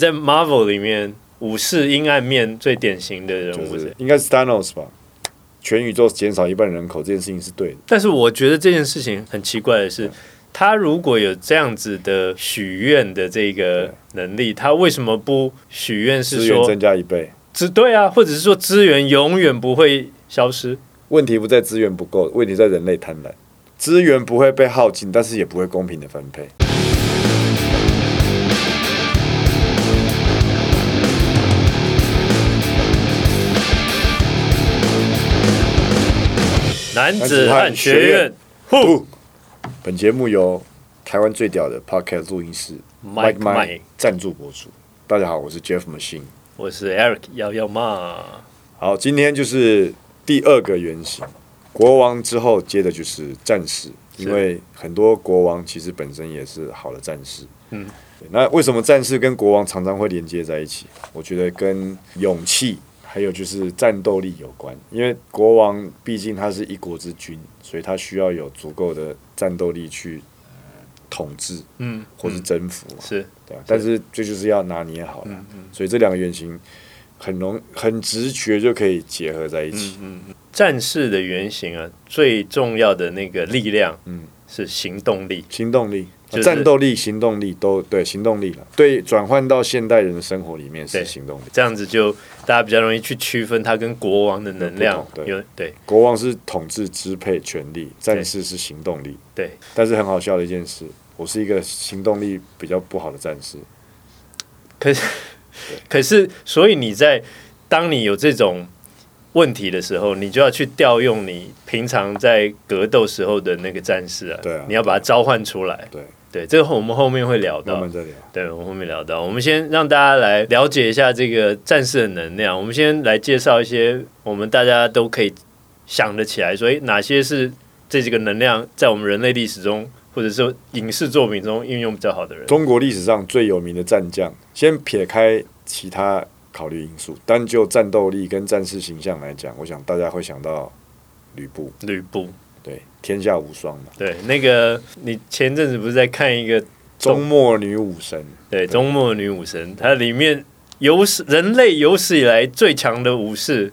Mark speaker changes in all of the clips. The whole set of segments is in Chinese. Speaker 1: 在 Marvel 里面，武士阴暗面最典型的人
Speaker 2: 就
Speaker 1: 物是谁
Speaker 2: 是应该是 Thanos 吧？全宇宙减少一半人口这件事情是对的，
Speaker 1: 但是我觉得这件事情很奇怪的是，他如果有这样子的许愿的这个能力，他为什么不许愿是
Speaker 2: 资源
Speaker 1: 说
Speaker 2: 增加一倍，
Speaker 1: 资对啊，或者是说资源永远不会消失？
Speaker 2: 问题不在资源不够，问题在人类贪婪。资源不会被耗尽，但是也不会公平的分配。
Speaker 1: 男子汉学院
Speaker 2: 不，本节目由台湾最屌的 Podcast 录音室
Speaker 1: Mike
Speaker 2: Mike
Speaker 1: Mike，
Speaker 2: 赞助播出。大家好，我是 Jeff Machine。
Speaker 1: 我是 Eric 幺幺嘛，
Speaker 2: 好，今天就是第二个原型，国王之后接的就是战士，因为很多国王其实本身也是好的战士。
Speaker 1: 嗯
Speaker 2: 对，那为什么战士跟国王常常会连接在一起？我觉得跟勇气还有就是战斗力有关，因为国王毕竟他是一国之君，所以他需要有足够的战斗力去呃统治
Speaker 1: 嗯，
Speaker 2: 或是征服嘛。
Speaker 1: 是
Speaker 2: 对啊，但是这就是要拿捏好了，
Speaker 1: 嗯
Speaker 2: 所以这两个原型很容很直觉就可以结合在一起。
Speaker 1: 嗯战士的原型啊，最重要的那个力量，
Speaker 2: 嗯
Speaker 1: 是行动力，
Speaker 2: 行动力、
Speaker 1: 就是
Speaker 2: 战斗力、行动力都对行动力了，对转换到现代人的生活里面
Speaker 1: 对
Speaker 2: 是行动力。
Speaker 1: 这样子就大家比较容易去区分它跟国王的能量
Speaker 2: 有不同对
Speaker 1: 有对
Speaker 2: 国王是统治、支配、权力，战士是行动力。
Speaker 1: 对，
Speaker 2: 但是很好笑的一件事，我是一个行动力比较不好的战士。
Speaker 1: 可是，可是，所以你在当你有这种问题的时候，你就要去调用你平常在格斗时候的那个战士啊，
Speaker 2: 对啊
Speaker 1: 你要把它召唤出来。
Speaker 2: 对，
Speaker 1: 对，这个我们后面会聊到。
Speaker 2: 慢慢再聊。
Speaker 1: 对，我们后面聊到。我们先让大家来了解一下这个战士的能量。我们先来介绍一些我们大家都可以想得起来，所以哪些是这几个能量在我们人类历史中，或者是影视作品中运用比较好的人。
Speaker 2: 中国历史上最有名的战将，先撇开其他考虑因素，单就战斗力跟战士形象来讲，我想大家会想到吕布，
Speaker 1: 吕布，
Speaker 2: 对，天下无双嘛，
Speaker 1: 对，那个你前阵子不是在看一个
Speaker 2: 终末女武神，
Speaker 1: 对《中末女武神》，它里面有史人类有史以来最强的武士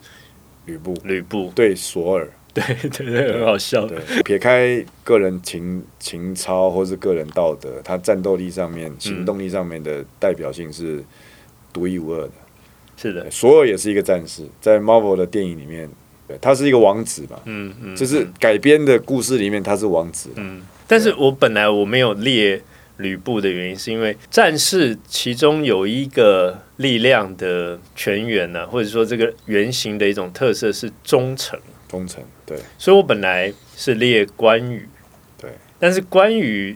Speaker 2: 吕布
Speaker 1: 吕布，
Speaker 2: 对索尔，
Speaker 1: 对对对，很好笑。
Speaker 2: 对，撇开个人情情操或是个人道德，他战斗力上面、行动力上面的代表性是独一无二的。
Speaker 1: 是的
Speaker 2: 对，索尔也是一个战士，在 Marvel 的电影里面，对，他是一个王子嘛，
Speaker 1: 嗯嗯，
Speaker 2: 就是改编的故事里面他是王子，
Speaker 1: 但是我本来我没有列吕布的原因，是因为战士其中有一个力量的泉源呢、或者说这个原型的一种特色是忠诚，
Speaker 2: 忠诚，对。
Speaker 1: 所以我本来是列关羽，
Speaker 2: 对，
Speaker 1: 但是关羽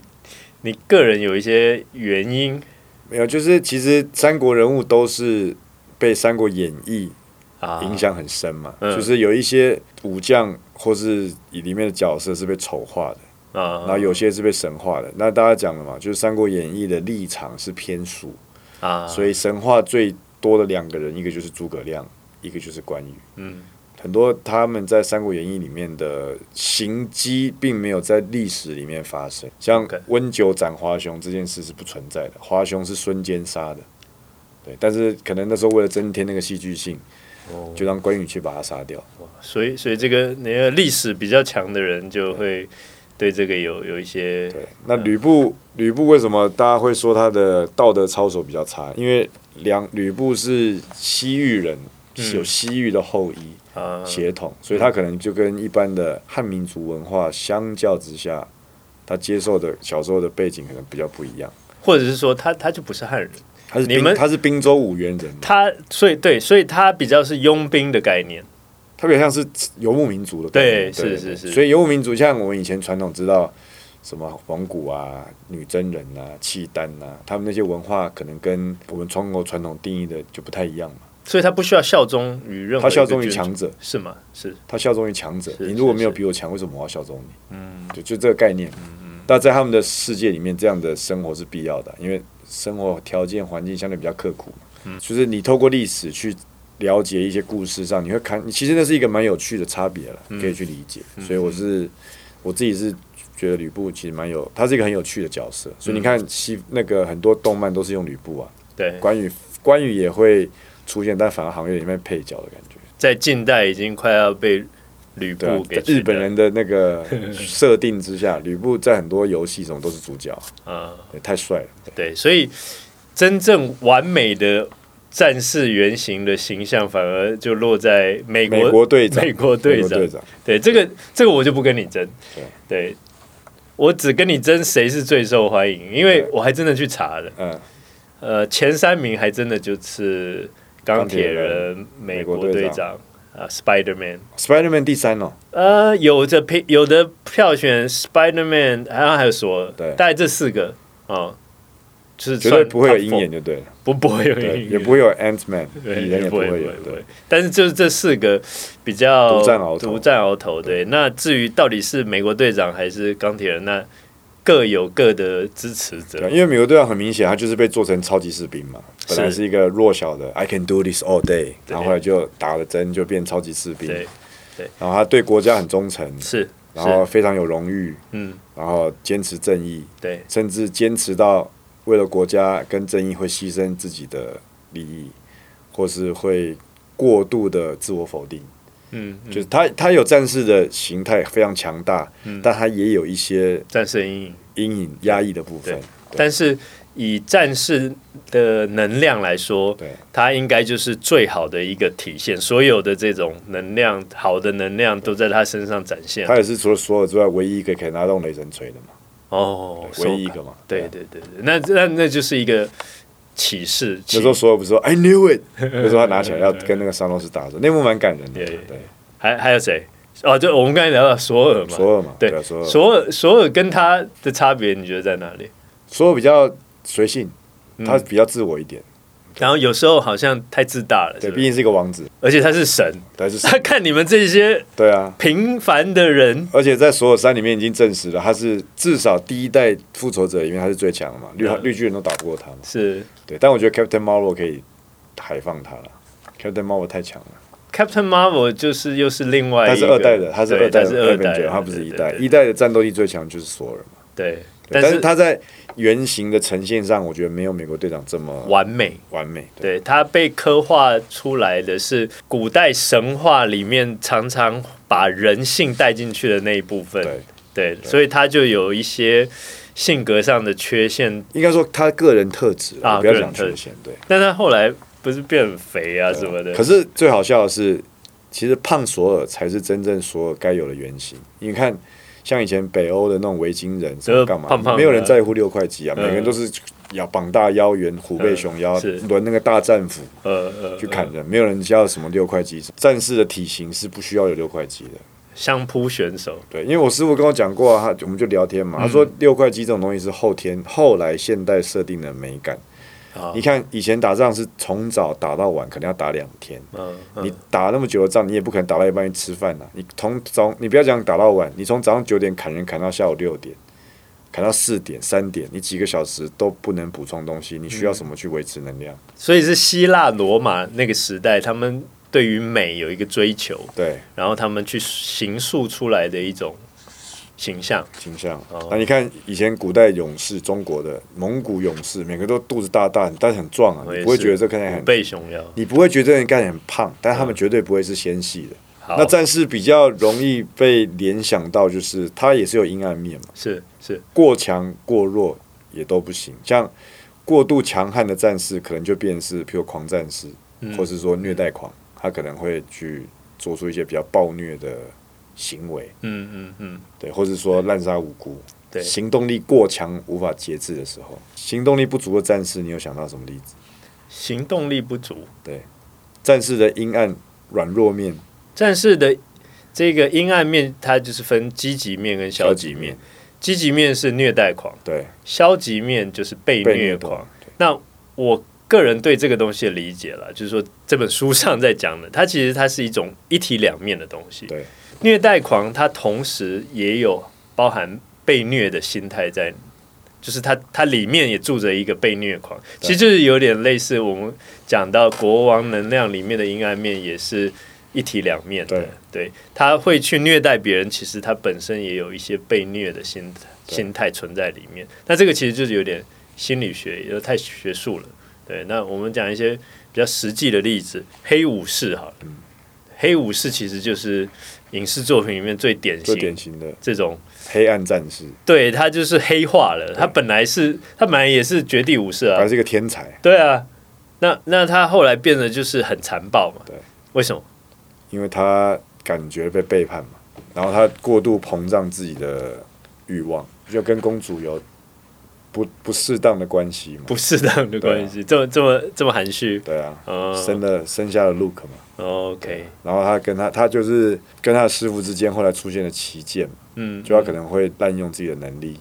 Speaker 1: 你个人有一些原因
Speaker 2: 没有，就是其实三国人物都是被《三国演义
Speaker 1: 啊》
Speaker 2: 影响很深嘛，
Speaker 1: 嗯
Speaker 2: 就是有一些武将或是里面的角色是被丑化的，
Speaker 1: 啊，
Speaker 2: 然后有些是被神化的。那大家讲了嘛，就是《三国演义》的立场是偏蜀，
Speaker 1: 啊，
Speaker 2: 所以神话最多的两个人，一个就是诸葛亮，一个就是关羽。
Speaker 1: 嗯
Speaker 2: 很多他们在《三国演义》里面的行迹，并没有在历史里面发生。像
Speaker 1: OK
Speaker 2: 温酒斩华雄这件事是不存在的，华雄是孙坚杀的。对，但是可能那时候为了增添那个戏剧性，
Speaker 1: 哦
Speaker 2: 就让关羽去把他杀掉。
Speaker 1: 所以所以这个那个历史比较强的人就会对这个有有一些
Speaker 2: 对，那吕布，吕布为什么大家会说他的道德操守比较差？因为梁吕布是西域人，
Speaker 1: 嗯
Speaker 2: 有西域的后裔
Speaker 1: 啊
Speaker 2: 血统，所以他可能就跟一般的汉民族文化相较之下，他接受的小时候的背景可能比较不一样。
Speaker 1: 或者是说他他就不是汉人，
Speaker 2: 他是
Speaker 1: 你们
Speaker 2: 滨，他是滨州五原人，
Speaker 1: 他所以对，所以他比较是佣兵的概念，
Speaker 2: 特别像是游牧民族的概
Speaker 1: 对
Speaker 2: 念。
Speaker 1: 是
Speaker 2: 对
Speaker 1: 是是
Speaker 2: 所以游牧民族像我们以前传统知道。什么蒙古啊、女真人啊、契丹啊，他们那些文化可能跟我们中国传统定义的就不太一样嘛。
Speaker 1: 所以他不需要效忠于任何
Speaker 2: 他
Speaker 1: 一个
Speaker 2: 效忠于
Speaker 1: 君主
Speaker 2: 强者，
Speaker 1: 是吗？是
Speaker 2: 他效忠于强者。
Speaker 1: 是
Speaker 2: 你如果
Speaker 1: 是
Speaker 2: 没有
Speaker 1: 是嗯
Speaker 2: 比我强，为什么我要效忠你？嗯，就就这个概念。那在他们的世界里面，这样的生活是必要的，啊因为生活条件环境相对比较刻苦。嗯，就是你透过历史去了解一些故事上，你会看，其实那是一个蛮有趣的差别了，
Speaker 1: 嗯
Speaker 2: 可以去理解。所以我是我自己是。觉得
Speaker 1: 嗯
Speaker 2: 吕布其实蛮有，他是一个很有趣的角色，所以你看西那个很多动漫都是用吕布啊，
Speaker 1: 对，
Speaker 2: 关羽关羽也会出现，但反而行业里面配角的感觉。
Speaker 1: 在近代已经快要被吕
Speaker 2: 对、啊
Speaker 1: 布给，
Speaker 2: 在日本
Speaker 1: 取代
Speaker 2: 人的那 个设定之下，吕布在很多游戏中都是主 角，
Speaker 1: 啊、
Speaker 2: 对太帅了。
Speaker 1: 对，所以真正完美的战士原型的形象，反而就落在美国
Speaker 2: 美国队长，
Speaker 1: 美国队
Speaker 2: 美
Speaker 1: 长
Speaker 2: 国。队长，
Speaker 1: 对，这个这个我就不跟你争
Speaker 2: 对。
Speaker 1: 对，我只跟你争谁是最受欢迎，因为
Speaker 2: 对
Speaker 1: 我还真的去查了，
Speaker 2: 嗯，
Speaker 1: 呃，前三名还真的就是钢铁人、美
Speaker 2: 美
Speaker 1: 国
Speaker 2: 国
Speaker 1: 队
Speaker 2: 队
Speaker 1: 长啊，Spider Man。
Speaker 2: Spider-Man 第三哦，
Speaker 1: 呃，有的票有的票选 Spider Man，然后还有索尔，
Speaker 2: 对
Speaker 1: 大概这四个啊、就是
Speaker 2: 绝
Speaker 1: 算
Speaker 2: 对不会有
Speaker 1: top
Speaker 2: 鹰
Speaker 1: four，
Speaker 2: 眼就对了，
Speaker 1: 不不会有
Speaker 2: 对，
Speaker 1: 鹰
Speaker 2: 也
Speaker 1: 眼，
Speaker 2: 不会有 Ant Man，
Speaker 1: 对，
Speaker 2: 蚁人也
Speaker 1: 不
Speaker 2: 不会
Speaker 1: 不
Speaker 2: 有，
Speaker 1: 不会
Speaker 2: 对，。
Speaker 1: 但是就是这四个比较
Speaker 2: 独占鳌头
Speaker 1: 独占鳌头。对，那至于到底是美国队长还是钢铁人，那各有各的支持
Speaker 2: 对
Speaker 1: 者。
Speaker 2: 啊因为美国队长很明显，他就是被做成超级士兵嘛，
Speaker 1: 是
Speaker 2: 本来是一个弱小的 I can do this all day，然后后来就打了针就变超级士兵，
Speaker 1: 对，
Speaker 2: 然后他对国家很忠诚，
Speaker 1: 是，
Speaker 2: 然后
Speaker 1: 是，
Speaker 2: 非常有荣誉，
Speaker 1: 嗯，
Speaker 2: 然后坚持正义，
Speaker 1: 对，
Speaker 2: 甚至坚持到为了国家跟正义会牺牲自己的利益，或是会过度的自我否定。
Speaker 1: 嗯，
Speaker 2: 就
Speaker 1: 嗯
Speaker 2: 是他他有战士的形态非常强大，但他也有一些
Speaker 1: 战胜阴影。
Speaker 2: 阴影压抑的部分
Speaker 1: 对。但是以战士的能量来说，
Speaker 2: 对
Speaker 1: 它应该就是最好的一个体现。所有的这种能量，好的能量都在他身上展现
Speaker 2: 他。也是除了索尔之外，唯一一个可以拿动雷神锤的嘛，
Speaker 1: 哦，
Speaker 2: 唯一一
Speaker 1: so-
Speaker 2: 个嘛。
Speaker 1: 对对对对，那那那就是一个启示。
Speaker 2: 那时候索尔不是说 “I knew it”，那时候他拿起来要跟那个沙龙斯打的时候，那幕蛮感人的。
Speaker 1: Yeah, yeah.
Speaker 2: 对，
Speaker 1: 还还有谁？哦，就我们刚才聊到索尔嘛，
Speaker 2: 索尔嘛，
Speaker 1: 对
Speaker 2: 啊索尔，
Speaker 1: 索尔索尔跟他的差别，你觉得在哪里？
Speaker 2: 索尔比较随性，
Speaker 1: 嗯
Speaker 2: 他比较自我一点，
Speaker 1: 然后有时候好像太自大了，
Speaker 2: 对，
Speaker 1: 是不
Speaker 2: 毕
Speaker 1: 是
Speaker 2: 竟是一个王子，
Speaker 1: 而且他是神，
Speaker 2: 但是
Speaker 1: 他看你们这些
Speaker 2: 对啊，
Speaker 1: 平凡的人，
Speaker 2: 而且在《所有三》里面已经证实了，他是至少第一代复仇者里面他是最强的嘛，绿
Speaker 1: 嗯
Speaker 2: 绿巨人都打不过他嘛。
Speaker 1: 是
Speaker 2: 对，但我觉得 Captain Marvel 可以海放他了，Captain Marvel 太强了。
Speaker 1: Captain Marvel 就是又是另外一
Speaker 2: 他
Speaker 1: 个，
Speaker 2: 是二代的，他是
Speaker 1: 对
Speaker 2: 二代
Speaker 1: 他是二
Speaker 2: 的
Speaker 1: 代
Speaker 2: Avenger，
Speaker 1: 的，
Speaker 2: 他不是
Speaker 1: 对
Speaker 2: 一代。
Speaker 1: 对
Speaker 2: 一代的战斗力最强就是索尔嘛，
Speaker 1: 对，
Speaker 2: 对
Speaker 1: 但
Speaker 2: 但是
Speaker 1: 是
Speaker 2: 他在原型的呈现上，我觉得没有美国队长这么
Speaker 1: 完美，
Speaker 2: 完美。对，
Speaker 1: 对，它被刻画出来的是古代神话里面常常把人性带进去的那一部分。
Speaker 2: 对
Speaker 1: 对，所以它就有一些性格上的缺陷，
Speaker 2: 应该说他个人特质
Speaker 1: 啊
Speaker 2: 我不要
Speaker 1: 个人
Speaker 2: 讲
Speaker 1: 特质
Speaker 2: 缺陷，对。
Speaker 1: 但他后来不是变肥啊什么的。
Speaker 2: 可是最好笑的是，其实胖索尔才是真正索尔该有的原型。你看，像以前北欧的那种维京人，什么干嘛？
Speaker 1: 胖胖的
Speaker 2: 没有人在乎六块肌啊，
Speaker 1: 嗯
Speaker 2: 每个人都是要膀大腰圆、虎背熊腰
Speaker 1: 嗯是，
Speaker 2: 轮那个大战斧
Speaker 1: 呃呃，
Speaker 2: 去
Speaker 1: 呃
Speaker 2: 砍人，没有人要什么六块肌。战士的体型是不需要有六块肌的。
Speaker 1: 相扑选手，
Speaker 2: 对，因为我师傅跟我讲过、啊，他我们就聊天
Speaker 1: 嗯
Speaker 2: 嘛，他说六块肌这种东西是后天后来现代设定的美感。
Speaker 1: 啊
Speaker 2: 你看以前打仗是从早打到晚，可能要打两天。
Speaker 1: 嗯、
Speaker 2: 你
Speaker 1: 嗯，
Speaker 2: 打那么久的仗，你也不可能打到一半去吃饭呐、你从早，你不要讲打到晚，你从早上九点砍人砍到下午六点，砍到四点、三点，你几个小时都不能补充东西。你需要什么去维持能量？
Speaker 1: 所以是希腊罗马那个时代，他们对于美有一个追求，
Speaker 2: 对，
Speaker 1: 然后他们去形塑出来的一种形象。
Speaker 2: 倾向
Speaker 1: 哦。
Speaker 2: 那你看以前古代勇士，中国的蒙古勇士，每个都肚子大大，但是很壮啊，
Speaker 1: 我嗯也
Speaker 2: 你不会
Speaker 1: 是
Speaker 2: 觉得这看起来
Speaker 1: 虎
Speaker 2: 很，
Speaker 1: 背熊腰，
Speaker 2: 你不会觉得这人看起来很胖，但他们绝对不会是纤细的。
Speaker 1: 好，
Speaker 2: 那战士比较容易被联想到，就是他也是有阴暗面嘛。
Speaker 1: 是是
Speaker 2: 过强过弱也都不行。像过度强悍的战士，可能就变成是譬如狂战士，
Speaker 1: 嗯
Speaker 2: 或是说虐待狂，他可能会去做出一些比较暴虐的行为，
Speaker 1: 嗯嗯嗯，
Speaker 2: 对，或是说滥杀无辜。
Speaker 1: 对。
Speaker 2: 行动力过强无法节制的时候，行动力不足的战士，你有想到什么例子？
Speaker 1: 行动力不足，
Speaker 2: 战士的阴暗软弱面、
Speaker 1: 战士的这个阴暗面，它就是分积极面跟消极面。，积极面是虐待狂，
Speaker 2: 对，
Speaker 1: 消极面就是被
Speaker 2: 被
Speaker 1: 虐
Speaker 2: 狂
Speaker 1: 狂。，那我个人对这个东西的理解了，就是说这本书上在讲的，它其实它是一种一体两面的东西。
Speaker 2: 对，
Speaker 1: 虐待狂它同时也有包含被虐的心态在，就是它它里面也住着一个被虐狂，其
Speaker 2: 对
Speaker 1: 实就是有点类似我们讲到国王能量里面的阴暗面，也是一体两面的。对，他会去虐待别人，其实他本身也有一些被虐的心态
Speaker 2: 对
Speaker 1: 心态存在里面。那这个其实就是有点心理学，有点太学术了。对，那我们讲一些比较实际的例子，黑武士好了，
Speaker 2: 嗯
Speaker 1: 黑武士其实就是影视作品里面最典
Speaker 2: 最
Speaker 1: 型
Speaker 2: 典型的
Speaker 1: 这种，
Speaker 2: 黑暗战士，
Speaker 1: 对他就是黑化了，他本来是他本来也是绝地武士啊
Speaker 2: 还，是一个天才，
Speaker 1: 对啊，那那他后来变得就是很残暴嘛，
Speaker 2: 对，
Speaker 1: 为什么？
Speaker 2: 因为他感觉被背叛嘛，然后他过度膨胀自己的欲望，就跟公主有不不适当的关系嘛。
Speaker 1: 不适当的关系，这
Speaker 2: 啊
Speaker 1: 么这么这么含蓄，
Speaker 2: 对啊，
Speaker 1: 嗯
Speaker 2: 生了生下了 Luke 嘛，
Speaker 1: ，OK，
Speaker 2: 然后他跟他他就是跟他的师傅之间后来出现了旗舰嘛，
Speaker 1: 嗯，
Speaker 2: 就他可能会滥用自己的能力，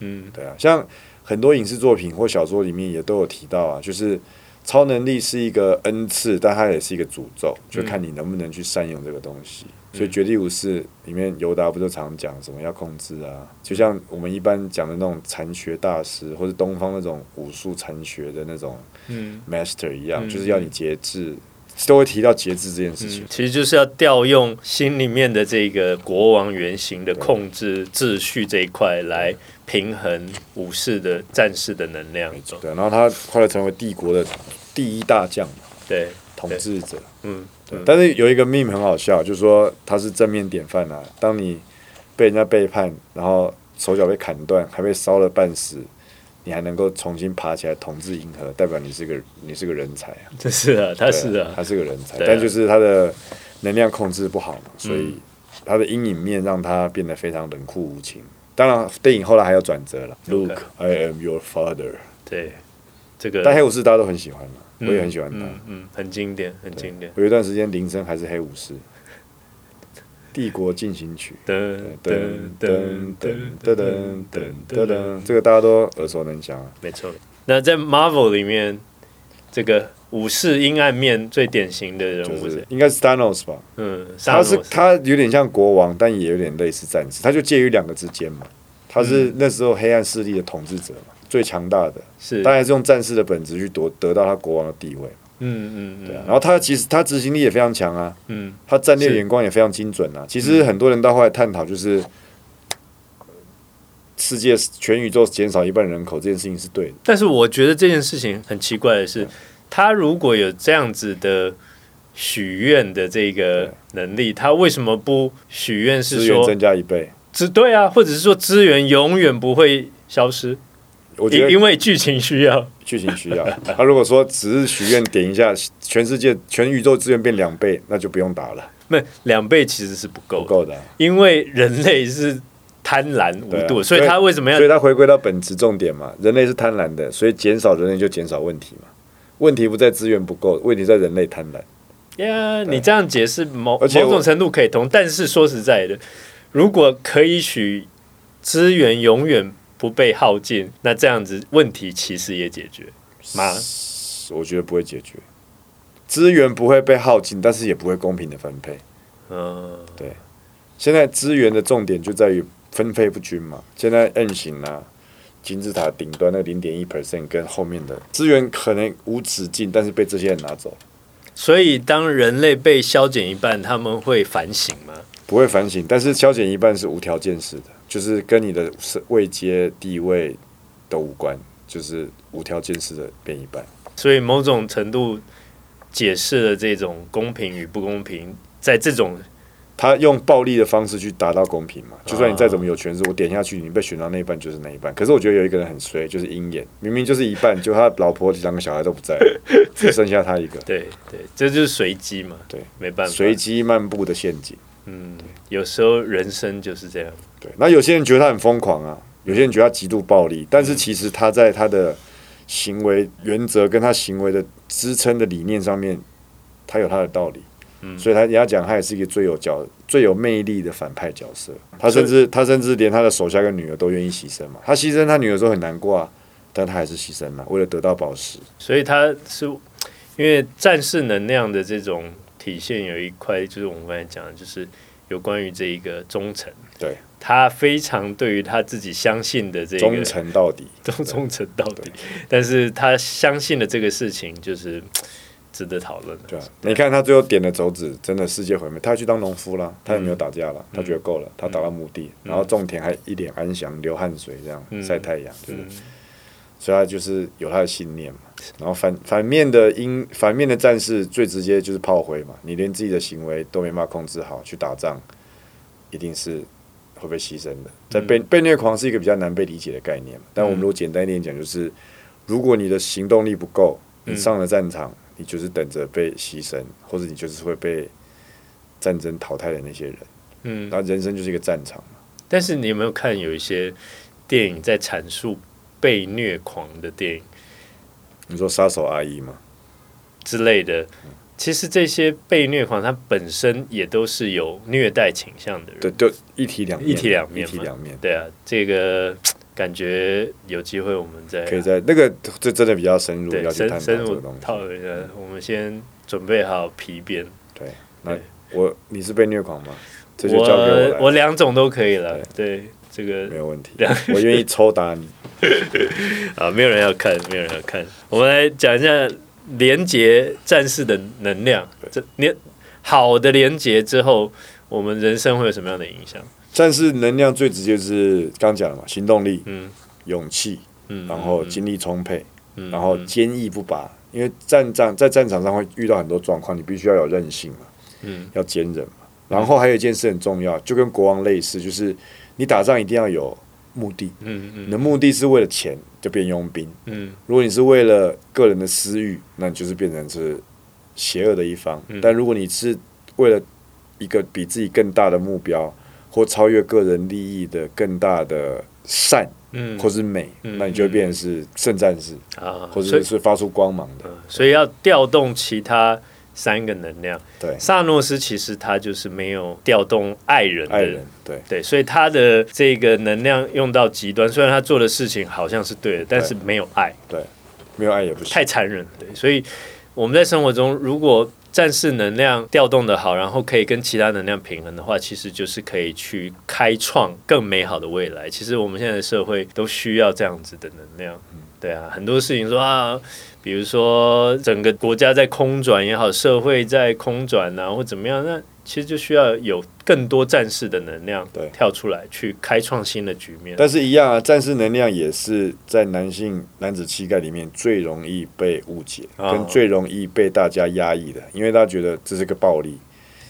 Speaker 1: 嗯
Speaker 2: 对啊，像很多影视作品或小说里面也都有提到啊，就是超能力是一个恩赐，但它也是一个诅咒，
Speaker 1: 嗯
Speaker 2: 就看你能不能去善用这个东西。所以《绝地武士》里面尤达不就常讲什么要控制啊，就像我们一般讲的那种禅学大师，或是东方那种武术禅学的那种
Speaker 1: 嗯
Speaker 2: master 一样，
Speaker 1: 嗯
Speaker 2: 就是要你节制，都会提到节制这件事情
Speaker 1: 嗯。，其实就是要调用心里面的这个国王原型的控制秩序这一块来平衡武士的战士的能量，
Speaker 2: 对啊，然后他后来成为帝国的第一大将嘛，
Speaker 1: 对，
Speaker 2: 统治者。
Speaker 1: 嗯，
Speaker 2: 对，但是有一个 meme 很好笑，就是说他是正面典范啊。当你被人家背叛，然后手脚被砍断，还被烧了半死，你还能够重新爬起来统治银河，代表你是个你是个人才啊。
Speaker 1: 这是啊，他是
Speaker 2: 对
Speaker 1: 啊，
Speaker 2: 他是个人才，
Speaker 1: 对啊
Speaker 2: 但就是他的能量控制不好嘛，所以他的阴影面让他变得非常冷酷无情。当然，电影后来还有转折了。
Speaker 1: OK
Speaker 2: Luke, I am your father。
Speaker 1: 对，这个
Speaker 2: 但黑武士大家都很喜欢嘛，我
Speaker 1: 嗯
Speaker 2: 也很喜欢他。
Speaker 1: 嗯嗯，很经典，很经典，
Speaker 2: 我有一段时间铃声还是黑武士，《帝国进行曲》
Speaker 1: 噔
Speaker 2: 噔
Speaker 1: 噔噔噔噔
Speaker 2: 噔噔噔噔
Speaker 1: 噔
Speaker 2: 噔
Speaker 1: 噔
Speaker 2: 噔
Speaker 1: 噔
Speaker 2: 噔，
Speaker 1: 噔
Speaker 2: 这个大家都耳熟能详啊。
Speaker 1: 没错。那在 Marvel 里面，这个武士阴暗面最典型的人
Speaker 2: 就
Speaker 1: 物
Speaker 2: 是
Speaker 1: 是，
Speaker 2: 应该是 Thanos 吧，
Speaker 1: 嗯，
Speaker 2: 他是
Speaker 1: 萨诺斯
Speaker 2: 他有点像国王，但也有点类似战士，他就介于两个之间嘛。他
Speaker 1: 嗯
Speaker 2: 是那时候黑暗势力的统治者嘛，最强大的，
Speaker 1: 是，
Speaker 2: 当然是用战士的本质去夺得到他国王的地位。
Speaker 1: 嗯嗯
Speaker 2: 对啊，
Speaker 1: 嗯
Speaker 2: 然后他其实他执行力也非常强啊，
Speaker 1: 嗯，
Speaker 2: 他战略
Speaker 1: 是嗯
Speaker 2: 眼光也非常精准啊。其实很多人到后来探讨，就是世界全宇宙减少一半人口这件事情是对的，
Speaker 1: 但是我觉得这件事情很奇怪的是，他如果有这样子的许愿的这个能力，他为什么不许愿是
Speaker 2: 资源
Speaker 1: 说
Speaker 2: 增加一倍。
Speaker 1: 只对啊，或者是说资源永远不会消失，
Speaker 2: 我觉
Speaker 1: 因
Speaker 2: 得
Speaker 1: 因为剧情需要，
Speaker 2: 剧情需要。 他如果说只是许愿点一下，全世界全宇宙资源变两倍，那就不用打了，
Speaker 1: 那两倍其实是不够的，
Speaker 2: 不够的啊。
Speaker 1: 因为人类是贪婪无
Speaker 2: 对
Speaker 1: 度，
Speaker 2: 啊
Speaker 1: 所以他为什么要
Speaker 2: 所以他回归到本质重点嘛，人类是贪婪的，所以减少人类就减少问题嘛。问题不在资源不够，问题在人类贪婪。
Speaker 1: 呀你这样解释某
Speaker 2: 而
Speaker 1: 某
Speaker 2: 且我
Speaker 1: 种程度可以通，但是说实在的，如果可以许资源永远不被耗尽，那这样子问题其实也解决嘛。
Speaker 2: 我觉得不会解决，资源不会被耗尽，但是也不会公平的分配。
Speaker 1: 嗯，
Speaker 2: 现在资源的重点就在于分配不均嘛。现在 N 型啊，金字塔顶端那零点一 percent 跟后面的资源可能无止境，但是被这些人拿走，
Speaker 1: 所以当人类被削减一半，他们会反省吗？
Speaker 2: 不会反省。但是削减一半是无条件式的，就是跟你的是位阶地位都无关，就是无条件式的变一半。
Speaker 1: 所以某种程度解释了这种公平与不公平，在这种
Speaker 2: 他用暴力的方式去达到公平嘛，就算你再怎么有权势，我点下去，你被选到那一半就是那一半。可是我觉得有一个人很衰，就是鹰眼，明明就是一半，就他老婆两个小孩都不在了，只剩下他一个。
Speaker 1: 对对，这就是随机嘛。
Speaker 2: 对，
Speaker 1: 没办法，
Speaker 2: 随机漫步的陷阱。
Speaker 1: 嗯，有时候人生就是这样。
Speaker 2: 对，那有些人觉得他很疯狂啊，有些人觉得他极度暴力，但是其实他在他的行为原则跟他行为的支撑的理念上面，他有他的道理。
Speaker 1: 嗯
Speaker 2: 所以他人家讲他也是一个最有角、最有魅力的反派角色。他甚至他甚至连他的手下跟女儿都愿意牺牲嘛。他牺牲他女儿的时候很难过啊，但他还是牺牲了，为了得到宝石。
Speaker 1: 所以它是因为战士能量的这种体现有一块，就是我们刚才讲的，就是有关于这一个忠诚。
Speaker 2: 对，
Speaker 1: 他非常对于他自己相信的这个
Speaker 2: 忠诚到底，
Speaker 1: 忠 忠诚到底，但是他相信的这个事情就是嘖值得讨论的。
Speaker 2: 对啊，你看他最后点了手指，真的世界毁灭。他去当农夫了，他也没有打架了，他觉得够了，
Speaker 1: 嗯
Speaker 2: 他达到目的，然后种田还一脸安详，流汗水这样晒太阳，对不对？所以他就是有他的信念嘛。然后反反面的因反面的战士最直接就是炮灰嘛，你连自己的行为都没办法控制好，去打仗，一定是会被牺牲的。在
Speaker 1: 嗯
Speaker 2: 被被虐狂是一个比较难被理解的概念嘛，但我们如果简单一点讲，就是如果你的行动力不够，
Speaker 1: 嗯
Speaker 2: 你上了战场，你就是等着被牺牲，或者你就是会被战争淘汰的那些人。
Speaker 1: 嗯，
Speaker 2: 那人生就是一个战场嘛，
Speaker 1: 但是你有没有看有一些电影在阐述被虐狂的电影
Speaker 2: 你说杀手阿姨嘛，
Speaker 1: 之类的？其实这些被虐狂，他本身也都是有虐待倾向的人。
Speaker 2: 对，就一体两
Speaker 1: 嗯
Speaker 2: 面
Speaker 1: 一体两面
Speaker 2: 一体
Speaker 1: 嘛
Speaker 2: 两面。
Speaker 1: 对啊，这个感觉有机会我们再
Speaker 2: 可以在那个这真的比较深入
Speaker 1: 啊对
Speaker 2: 要去
Speaker 1: 深
Speaker 2: 探讨
Speaker 1: 深
Speaker 2: 这
Speaker 1: 入
Speaker 2: 个东西。
Speaker 1: 讨论一下。我们先准备好皮鞭，
Speaker 2: 对，那
Speaker 1: 对
Speaker 2: 我你是被虐狂吗？这就交给我
Speaker 1: 我
Speaker 2: 来
Speaker 1: 我两种都可以了。对，这个
Speaker 2: 没有问题，我愿意抽打你。
Speaker 1: 啊，没有人要看，没有人要看。我们来讲一下连接战士的能量，这连好的连接之后，我们人生会有什么样的影响？
Speaker 2: 但是能量最直接就是刚讲了嘛，行动力、
Speaker 1: 嗯
Speaker 2: 勇气，
Speaker 1: 嗯，
Speaker 2: 然后精力充沛，
Speaker 1: 嗯
Speaker 2: 然后
Speaker 1: 嗯
Speaker 2: 坚毅不拔。因为战场在战场上会遇到很多状况，你必须要有韧性嘛，
Speaker 1: 嗯
Speaker 2: 要坚韧嘛。然后还有一件事很重要，就跟国王类似，就是你打仗一定要有目的，
Speaker 1: 嗯
Speaker 2: 你
Speaker 1: 嗯
Speaker 2: 的目的是为了钱，就变佣兵。
Speaker 1: 嗯
Speaker 2: 如果你是为了个人的私欲，那你就是变成是邪恶的一方；
Speaker 1: 嗯
Speaker 2: 但如果你是为了一个比自己更大的目标，或超越个人利益的更大的善
Speaker 1: 嗯，
Speaker 2: 或是美，
Speaker 1: 嗯
Speaker 2: 那你就会变成是圣战士，
Speaker 1: 啊，
Speaker 2: 或
Speaker 1: 所
Speaker 2: 者
Speaker 1: 以
Speaker 2: 是发出光芒的。
Speaker 1: 嗯所以要调动其他三个能量。
Speaker 2: 对，
Speaker 1: 萨诺斯其实他就是没有调动爱人的
Speaker 2: 爱人，对
Speaker 1: 对，所以他的这个能量用到极端，虽然他做的事情好像是对的，但是没有爱，
Speaker 2: 对，没有爱也不行。
Speaker 1: 太残忍了。对，所以我们在生活中，如果战士能量调动的好，然后可以跟其他能量平衡的话，其实就是可以去开创更美好的未来。其实我们现在的社会都需要这样子的能量。对啊，很多事情说啊，比如说整个国家在空转也好，社会在空转啊，或怎么样，那其实就需要有更多战士的能量
Speaker 2: 对
Speaker 1: 跳出来，去开创新的局面。
Speaker 2: 但是，一样啊，战士能量也是在男性男子气概里面最容易被误解，
Speaker 1: 哦
Speaker 2: 跟最容易被大家压抑的，因为大家觉得这是个暴力。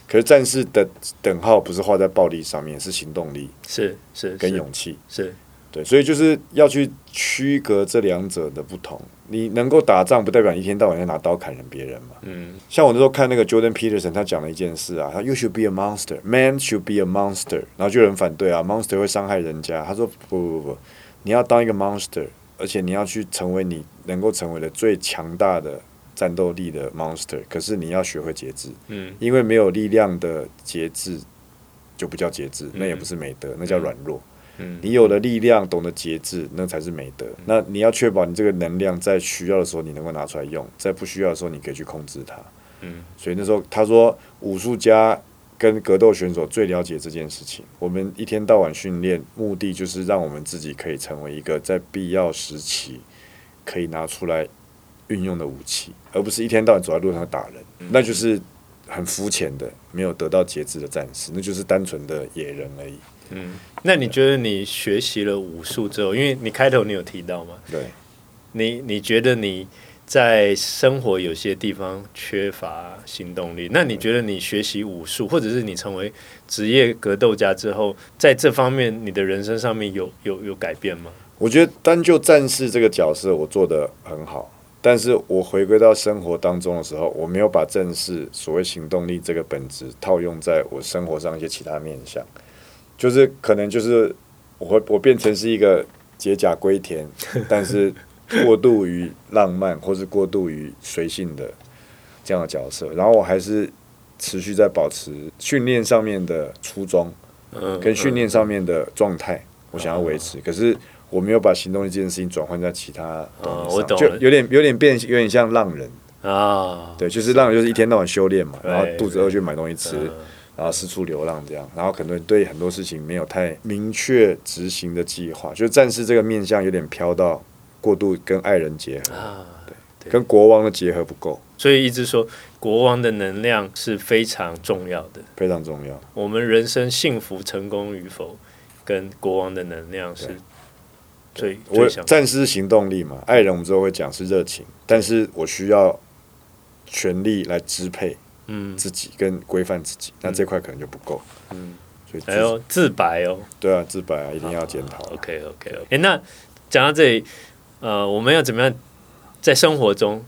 Speaker 2: 可是，战士的等号不是画在暴力上面，是行动力
Speaker 1: 是是
Speaker 2: 跟
Speaker 1: 是
Speaker 2: 勇气。
Speaker 1: 是，
Speaker 2: 对，所以就是要去区隔这两者的不同。你能够打仗，不代表你一天到晚要拿刀砍人别人嘛。
Speaker 1: 嗯
Speaker 2: 像我那时候看那个 Jordan Peterson，他讲了一件事啊，他 You should be a monster, man should be a monster，然后就有人反对啊，monster 会伤害人家。他说不不不，你要当一个 monster，而且你要去成为你能够成为的最强大的战斗力的 monster，可是你要学会节制，
Speaker 1: 嗯
Speaker 2: 因为没有力量的节制就不叫节制，那也不是美德，那叫软弱。
Speaker 1: 嗯
Speaker 2: 你有了力量，懂得节制，那才是美德。那你要确保你这个能量在需要的时候你能够拿出来用，在不需要的时候你可以去控制它。
Speaker 1: 嗯，
Speaker 2: 所以那时候他说，武术家跟格斗选手最了解这件事情。我们一天到晚训练，目的就是让我们自己可以成为一个在必要时期可以拿出来运用的武器，而不是一天到晚走在路上打人，那就是很肤浅的，没有得到节制的战士，那就是单纯的野人而已。
Speaker 1: 那你觉得你学习了武术之后，因为你开头你有提到嘛，
Speaker 2: 对。
Speaker 1: 你你觉得你在生活有些地方缺乏行动力，那你觉得你学习武术，或者是你成为职业格斗家之后，在这方面你的人生上面有有有改变吗？
Speaker 2: 我觉得单就战士这个角色，我做的很好，但是我回归到生活当中的时候，我没有把战士所谓行动力这个本质套用在我生活上一些其他面向，就是可能就是我会我变成是一个解甲归 田，但是过度于浪漫或是过度于随性的这样的角色，然后我还是持续在保持训练上面的初衷，
Speaker 1: 嗯，
Speaker 2: 跟训练上面的状态，我想要维持。可是我没有把行动力这件事情转换在其他东西上，
Speaker 1: 哦我懂
Speaker 2: 就
Speaker 1: 了
Speaker 2: 有点有点变，有点像浪人。
Speaker 1: 啊，
Speaker 2: 对，就是浪人，就是一天到晚修炼嘛，
Speaker 1: 对
Speaker 2: 然后肚子饿就买东西
Speaker 1: 嗯
Speaker 2: 吃，然后四处流浪这样，然后可能对很多事情没有太明确执行的计划，就战士这个面相有点飘到过度跟爱人结合，
Speaker 1: 啊，对
Speaker 2: 跟国王的结合不够，
Speaker 1: 所以一直说国王的能量是非常重要的。
Speaker 2: 非常重要。
Speaker 1: 我们人生幸福成功与否，跟国王的能量是最
Speaker 2: 我
Speaker 1: 最想
Speaker 2: 战士是行动力嘛，爱人我们之后会讲是热情，但是我需要权力来支配
Speaker 1: 嗯，
Speaker 2: 自己跟规范自己，那这块可能就不够。
Speaker 1: 嗯，
Speaker 2: 所以自
Speaker 1: 哎呦自白哦
Speaker 2: 对啊，自白啊，一定要检讨啊。
Speaker 1: ，OK OK OK，哎，那讲到这里，呃，我们要怎么样在生活中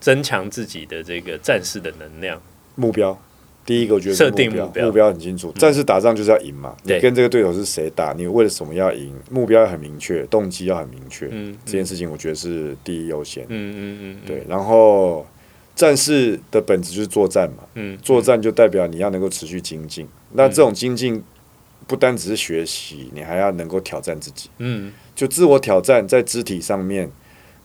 Speaker 1: 增强自己的这个战士的能量？
Speaker 2: 目标，第一个我觉得是
Speaker 1: 设定
Speaker 2: 目标
Speaker 1: 目标嗯
Speaker 2: 目标很清楚。战士打仗就是要赢嘛，
Speaker 1: 对
Speaker 2: 你跟这个对手是谁打，你为了什么要赢，目标要很明确，动机要很明确。
Speaker 1: 嗯
Speaker 2: 这件事情我觉得是第一优先。
Speaker 1: 嗯嗯嗯，嗯，
Speaker 2: 对，然后战士的本质就是作战嘛，
Speaker 1: 嗯，
Speaker 2: 作战就代表你要能够持续精进。那这种精进不单只是学习，你还要能够挑战自己。
Speaker 1: 嗯
Speaker 2: 就自我挑战在肢体上面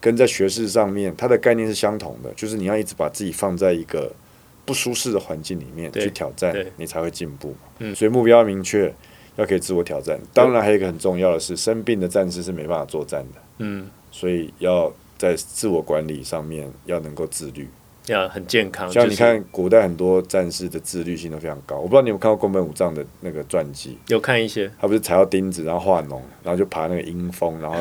Speaker 2: 跟在学识上面，它的概念是相同的，就是你要一直把自己放在一个不舒适的环境里面
Speaker 1: 对
Speaker 2: 去挑战
Speaker 1: 对，
Speaker 2: 你才会进步嘛。
Speaker 1: 嗯
Speaker 2: 所以目标要明确，要可以自我挑战。当然，还有一个很重要的是，生病的战士是没办法作战的，
Speaker 1: 嗯，
Speaker 2: 所以要在自我管理上面要能够自律。
Speaker 1: 要很健康，
Speaker 2: 像
Speaker 1: 哦
Speaker 2: 你
Speaker 1: 就是
Speaker 2: 看，古代很多战士的自律性都非常高。我不知道你有没有看过宫本武藏的那个传记，
Speaker 1: 有看一些，
Speaker 2: 他不是踩到钉子，然后化脓，然后就爬那个阴 风，然后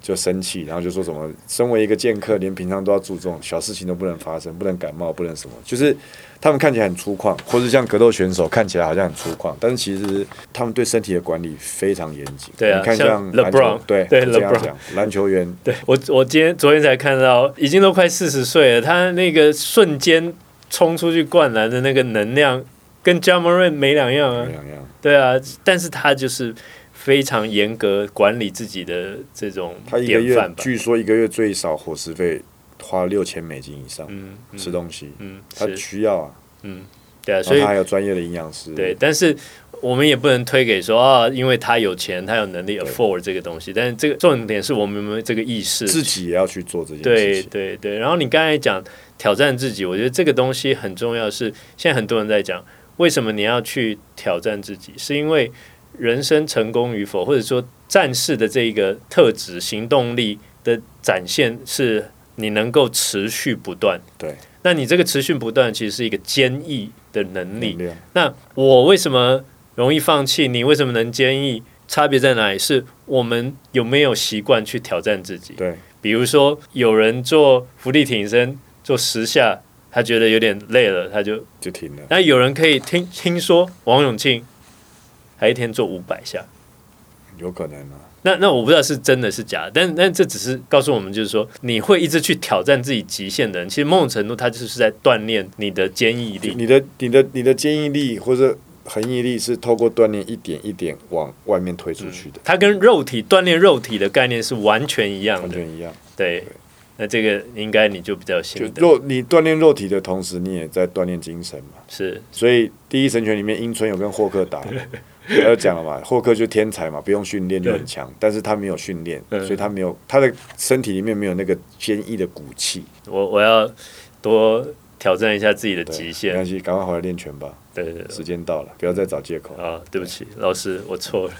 Speaker 2: 就生气，然后就说什么，身为一个剑客，连平常都要注重，小事情都不能发生，不能感冒，不能什么，就是他们看起来很粗犷，或是像格斗选手看起来好像很粗犷，但是其实他们对身体的管理非常严谨。
Speaker 1: 对啊
Speaker 2: 你看
Speaker 1: 像
Speaker 2: 篮球
Speaker 1: LeBron，
Speaker 2: 对
Speaker 1: 对
Speaker 2: 我这样
Speaker 1: LeBron
Speaker 2: 讲，篮球员
Speaker 1: 对我我今天昨天才看到，已经都快四十岁了，他那个瞬间冲出去灌篮的那个能量，跟 j a m a r a n 没两样啊
Speaker 2: 怎，样样，
Speaker 1: 对啊，但是他就是非常严格管理自己的这种
Speaker 2: 他一个
Speaker 1: 典
Speaker 2: 月
Speaker 1: 范吧，
Speaker 2: 据说一个月最少伙食费花六千美金以上，
Speaker 1: 嗯嗯
Speaker 2: 吃东西，
Speaker 1: 嗯
Speaker 2: 他
Speaker 1: 是，
Speaker 2: 需要啊，
Speaker 1: 嗯对啊，
Speaker 2: 然
Speaker 1: 所
Speaker 2: 后
Speaker 1: 以
Speaker 2: 他还有专业的营养师，
Speaker 1: 对，但是我们也不能推给说啊，因为他有钱，他有能力 afford 这个东西。但是这个重点是我们有没有这个意识？
Speaker 2: 自己也要去做这件事
Speaker 1: 对
Speaker 2: 情。
Speaker 1: 对对。然后你刚才讲挑战自己，我觉得这个东西很重要是。现在很多人在讲，为什么你要去挑战自己？是因为人生成功与否，或者说战士的这一个特质、行动力的展现，是你能够持续不断。
Speaker 2: 对。
Speaker 1: 那你这个持续不断，其实是一个坚毅的能力
Speaker 2: 能。量
Speaker 1: 那我为什么容易放弃？你为什么能坚毅？差别在哪里？是我们有没有习惯去挑战自己？
Speaker 2: 对，
Speaker 1: 比如说，有人做伏地挺身做十下，他觉得有点累了，他就；
Speaker 2: 就停了。
Speaker 1: 那有人可以听听说王永庆，他一天做五百下。
Speaker 2: 有可能啊，
Speaker 1: 那那我不知道是真的是假的，但但这只是告诉我们，就是说你会一直去挑战自己极限的人，其实某种程度他就是在锻炼你的坚毅力。
Speaker 2: 你的你的你的坚毅力或者恒毅力是透过锻炼一点一点往外面推出去的，
Speaker 1: 它跟肉体锻炼肉体的概念是完全一样
Speaker 2: 完
Speaker 1: 的。
Speaker 2: 全一样。
Speaker 1: 对，那这个应该你就比较
Speaker 2: 就
Speaker 1: 心得
Speaker 2: 肉你锻炼肉体的同时，你也在锻炼精神 嘛。
Speaker 1: 是，
Speaker 2: 所以第一神拳里面，英村有跟霍 克打，他就讲了嘛，霍克就天才嘛，不用训练就很强，但是他没有训练，
Speaker 1: 嗯
Speaker 2: 所以他没有他的身体里面没有那个坚毅的骨气。
Speaker 1: 我我要多挑战一下自己的
Speaker 2: 对
Speaker 1: 极
Speaker 2: 没
Speaker 1: 限
Speaker 2: 关。系，赶快回来练拳吧，
Speaker 1: 对对对
Speaker 2: 时间到了，不要再找借口。
Speaker 1: 啊，对不起，老师，我错了。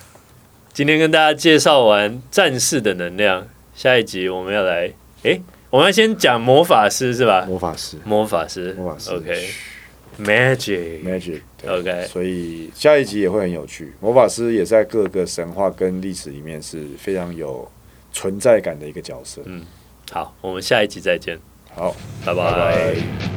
Speaker 1: 今天跟大家介绍完战士的能量，下一集我们要来，诶，我们要先讲魔法师是吧？
Speaker 2: 魔法师，
Speaker 1: 魔法师，
Speaker 2: 魔法师
Speaker 1: o k magic，
Speaker 2: Magic 对
Speaker 1: OK
Speaker 2: 所以下一集也会很有趣。魔法师也在各个神话跟历史里面是非常有存在感的一个角色。
Speaker 1: 好，我们下一集再见，
Speaker 2: 好，
Speaker 1: 拜拜
Speaker 2: 拜